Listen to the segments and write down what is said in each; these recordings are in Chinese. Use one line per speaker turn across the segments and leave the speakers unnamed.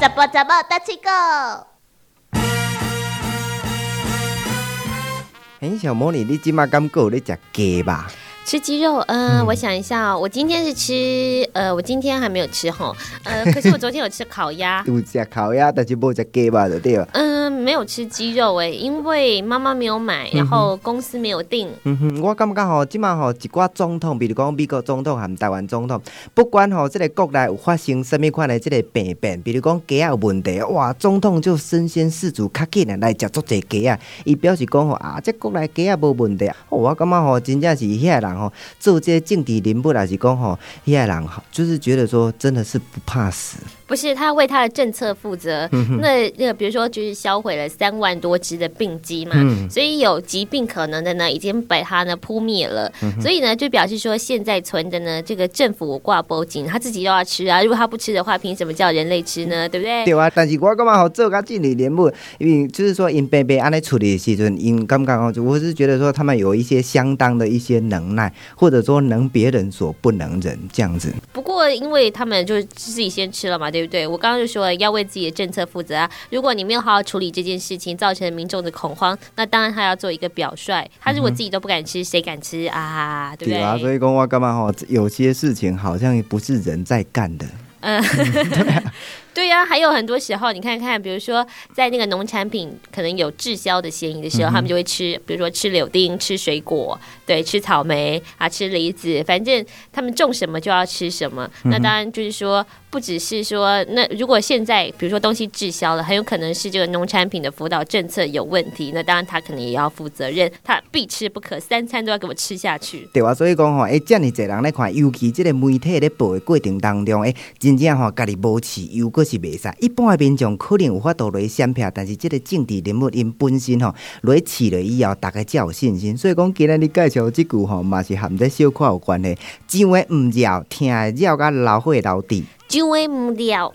怎么怎么大七个？
哎、小魔女，你今嘛敢够咧食鸡吧？，
吃鸡肉，呃，我想一下、哦，我今天是吃，呃，我今天还没有吃吼，呃，可是我昨天有吃烤鸭
有食烤鸭，但是无食鸡吧，就对了。
嗯、没有吃鸡肉诶，因为妈妈没有买，然后公司没有订，
嗯哼，我感觉吼，即马吼一寡总统，比如讲美国总统含台湾总统，不管吼即个国内有发生什物款的即个病变，比如讲鸡仔有问题，哇，总统就身先士卒，较紧啊来食足济鸡仔。伊表示讲吼啊，即国内鸡仔无问题，哦、我感觉吼，真正是遐人吼做即个政治人物，也是讲吼遐人吼，就是觉得说真的是不怕死。
不是他为他的政策负责。那那个比如说，就是销毁了三万多只的病鸡嘛，
嗯
所以有疾病可能的呢，已经被它呢扑灭了。所以呢，就表示说现在存的呢，这个政府我挂包紧，他自己又要吃啊。如果他不吃的话，凭什么叫人类吃呢？对不对？
对啊，但是我感觉吼做甲政治人物，因为就是说因平平安尼处理的时阵，因感觉吼，我是觉得说他们有一些相当的一些能耐，或者说能别人所不能人这样子。
不过，因为他们就是自己先吃了嘛，对不对？我刚刚就说了，要为自己的政策负责啊。如果你没有好好处理这件事情，造成民众的恐慌，那当然他要做一个表率。他如果自己都不敢吃，谁敢吃啊？对不对？
嗯啊，所以讲我感觉吼，有些事情好像不是人在干的。
嗯， 对呀、还有很多时候，你看看，比如说在那个农产品可能有滞销的嫌疑的时候，他们就会吃，比如说吃柳丁、吃水果，对，吃草莓啊，吃梨子，反正他们种什么就要吃什么。那当然就是说，不只是说，那如果现在比如说东西滞销了，很有可能是这个农产品的辅导政策有问题，那当然他可能也要负责任，他必吃不可，三餐都要给我吃下 去。
对啊，所以讲吼，诶，遮尔侪人咧看，尤其即个媒体咧报的过程当中，诶，真正吼，家己无饲又搁是袂使。一般的民众可能有法度来闪避，但是即个政治人物因本身吼，来饲了以后，大家才有信心。所以讲，今日你介绍即句吼，嘛是含这小可有关系。上的毋绕，听的绕甲流血流滴，
就为不了，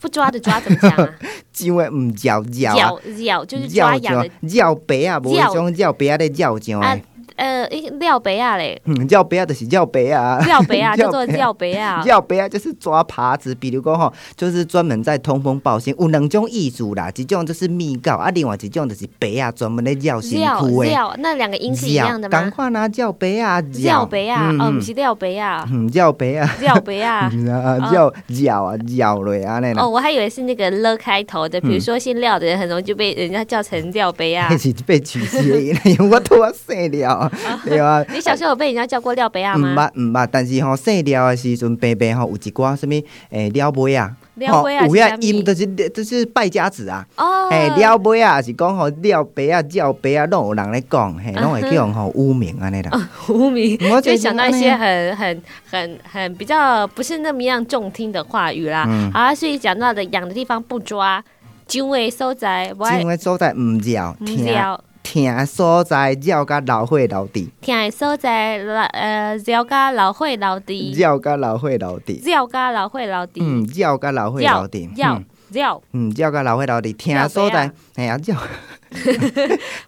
不抓的抓怎么讲啊？
上的毋绕绕啊
咬，咬就是抓痒的
绕白啊，无迄种绕白啊咧绕上
啊
诶，，
呃，诶廖北亚嘞，
嗯绕白啊就是绕白啊，
廖北亚叫做
绕白
廖 北亚。
要不要就是抓耙子，比如讲吼，就是专门在通风报信，有两种意思啦，一种就是密告，啊，另外一种就是白啊，专门咧绕身
廖
躯诶，
廖，那两个音是一样的
赶
吗？
快拿叫白啊，
廖北亚，哦，不
嗯
是廖北亚，
嗯，叫白啊，
廖 北亚。
嗯啊，叫绕啊，绕嘞安尼
哦，
啦，
我还以为是那个了开头的，比
嗯
如说姓廖的人，很容易就被人家叫成廖北亚
那。是 被取谐音，因为我拄啊细了，对啊。
你小时候有被人家叫过廖北亚
毋
吗？
捌毋捌，但是吼细了的时阵，平平吼有一寡什物诶了尾啊，
了尾啊
有
是
遐
啥物
音就是就是败家子啊，
哦，
嘿，了尾啊，是讲吼了白啊、了白啊，拢有人咧讲，嘿，
啊
拢会叫人吼污名安尼啦。
无名
我，觉
就
得
想到一些很很很很比较不是那么样中听的话语
嗯
啦。好啊，所以讲到的痒的地方不抓，就会收窄，不爱
因为所在毋绕，
不
听
了。
听的所在绕甲老血老地，
听的所在，老呃，绕家老会老弟，
绕甲老血老地，
绕家老会老弟，
嗯，绕甲老血老
绕
地，
绕
嗯
绕，
嗯，绕甲老血老地，听的所在
绕白啊，
哎呀，绕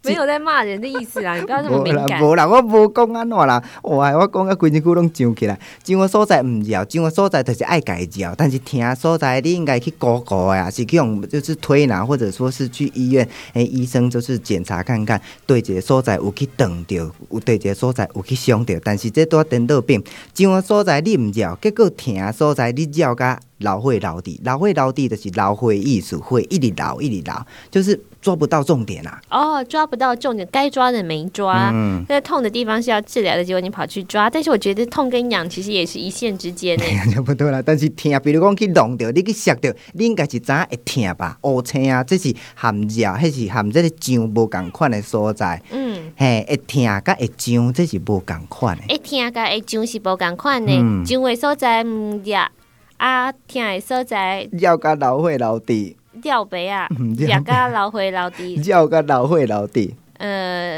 没有在骂人的意思啦，你不要这么
无
敏
啦
感。
无啦，我无讲安怎啦，哇，我讲到规身躯拢上起来，上个所在毋绕，上个所在就是爱家绕，但是听的所在你应该去 g 顾的啊，是去用就是推拿或者说是去医院，诶、医生就是检查看看，对一个所在有去撞着，有对一个所在有去伤着，但是这都颠倒病，上个所在你毋绕，结果听的所在你绕甲。老会老底，老会老底就是老会艺术会，一直老一直老，就是抓不到重点啊。
哦，抓不到重点，该抓的没抓。
嗯，
那痛的地方是要治疗的，结果你跑去抓，但是我觉得痛跟痒其实也是一线之 间呢。
差不多啦，但是疼，比如讲去弄着，你去摔着，你应该是知影会疼吧？乌青啊，这是含热，迄是含这个痒无共款的所在。
嗯，
嘿，会疼甲会痒，这是无共款的。
一听啊甲一痒是无共款
嗯
呢，痒的所在唔呀，啊，听的所在
要甲老火老 弟，
吊背啊
嗯，
也甲老回老弟，
要甲老火老弟，
呃，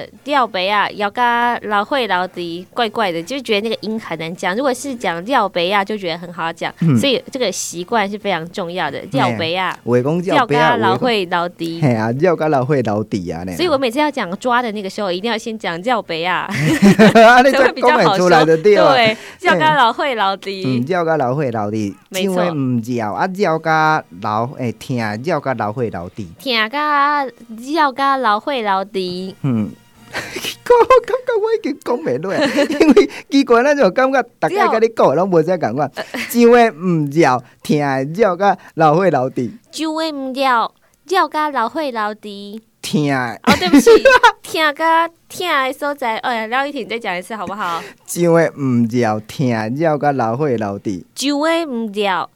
呃廖北亚、姚嘎、老会、老迪，怪怪的，就觉得那个音很难讲。如果是讲廖北亚，就觉得很好讲，
嗯
所以这个习惯是非常重要的。廖北亚、
有的讲
廖
叫不要
嘎、老，会、老迪
嘿。啊，叫甲老会老底啊呢。
所以我每次要讲抓的那个时候，一定要先讲廖 北亚，
啊， 你
才会
就
比较
讲
好
会出
说。
来就对了。
对，廖嘎、老会、老
嗯，
迪，
叫甲老会老底，
没错
因为唔叫啊，叫甲老诶听，叫甲老会老底。
听嘎、廖嘎、老会、老迪。
嗯， 我感觉我已经讲袂落，因为奇怪，咱就感觉大家甲你讲的拢无啥共款，上诶毋叫，听诶叫甲老会老底，
就位唔廖廖嘎、老会、老迪。
听诶
哦，对 不起，听个听的所在，哎呀，廖一婷再讲一次好不好？
上诶毋叫，听诶叫甲老会老底，
上的唔了，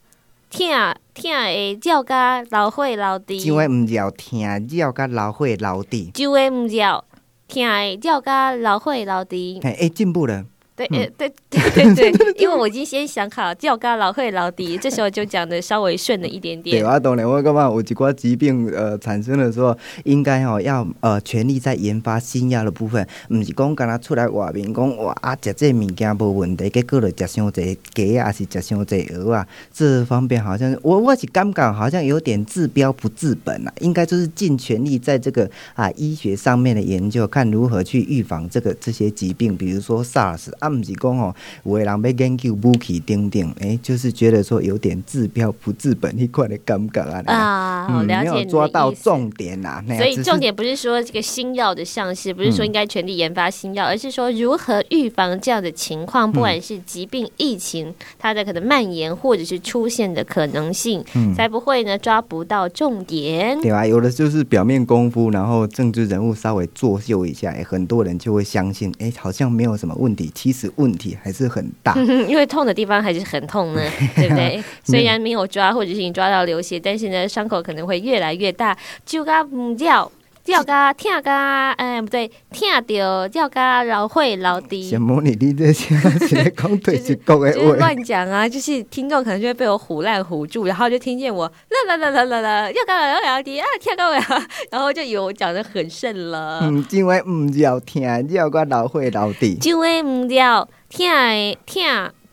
听啊听的叫个老会老弟，
上诶毋叫，听诶叫甲老会老底。
上的唔了，听的叫个老会老弟。
哎、欸，进步了，
对，呃，对 对对对，因为我已经先想好叫个老会老弟，这时候就讲的稍微顺了一点
对
点。
啊，当然我感觉有一寡疾病呃产生的时候，应该吼、要呃全力在研发新药的部分，毋是讲干那出来外面讲哇啊食这物件无问题，结果就食伤济鸡啊，还是食伤济鹅啊，这方面好像我我是感觉好像有点治标不治本啊，应该就是尽全力在这个啊医学上面的研究，看如何去预防这个这些疾病，比如说 SARS 啊，毋是讲吼、有的人要研究武器等等，诶、就是觉得说有点治标不治本迄款的感觉啊。
啊，好
嗯，
了
没
解
有
你
抓
的
到
意思。
重点啦、啊，
所
只
以
是嗯
重点不是说这个新药的上市，不是说应该全力研发新药，而是说如何预防这样的情况，
嗯
不管是疾病、疫情，它的可能蔓延或者是出现的可能性，
嗯
才不会呢抓不到重点。
对啊，有的就是表面功夫，然后政治人物稍微作秀一下，诶哎很多人就会相信，哎、好像没有什么问题，其实问题还是很大。
因为痛的地方还是很 痛呢，对不对？虽然没有抓，或者是你抓到流血，但是呢，伤口可能会越来越大。就嘎唔掉，掉嘎痛嘎，哎，不对，痛掉掉嘎，老会老低。
什么？你你这些是在讲对一国
就是
的话？
乱讲啊，哎 就是听众可能就会被我唬烂唬住，然后就听见我啦啦啦啦啦啦，要干嘛要聊天啊，跳高呀，然后就以为我讲的很顺了。
嗯，因为唔要听，要个老会老底。
就会唔掉，听的听，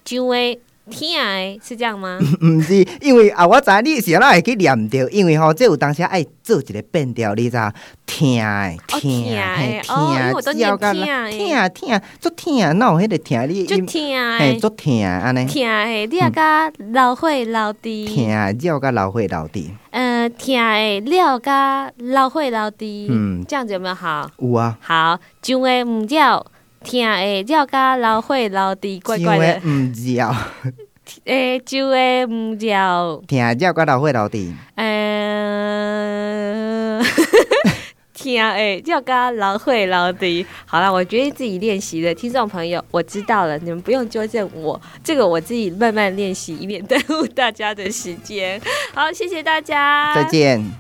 就会听的，是这样吗？
毋是，因为啊，我知你是哪会去念着，因为吼、这有当时爱做一个变调，你知道？听诶，
哦
听
听的
诶，
哦因为我都
只要
念
跟
听的
听听，足听，哪有迄个听你
就
音
听
嘿，
的，
足听安尼，
听的，你也甲老会老
听
弟，
的要甲老会老弟，
呃，听的了甲老会老弟，
嗯
这样子有没有好？
有啊。
好，上的唔掉，听的了甲老会老弟，怪怪的。
唔要，
诶，就诶，唔叫，
听要甲老会老弟，
嗯、呃， 听诶，叫嘎老会老弟。好了，我觉得自己练习的听众朋友，我知道了，你们不用纠正我，这个我自己慢慢练习，以免耽误大家的时间。好，谢谢大家，
再见。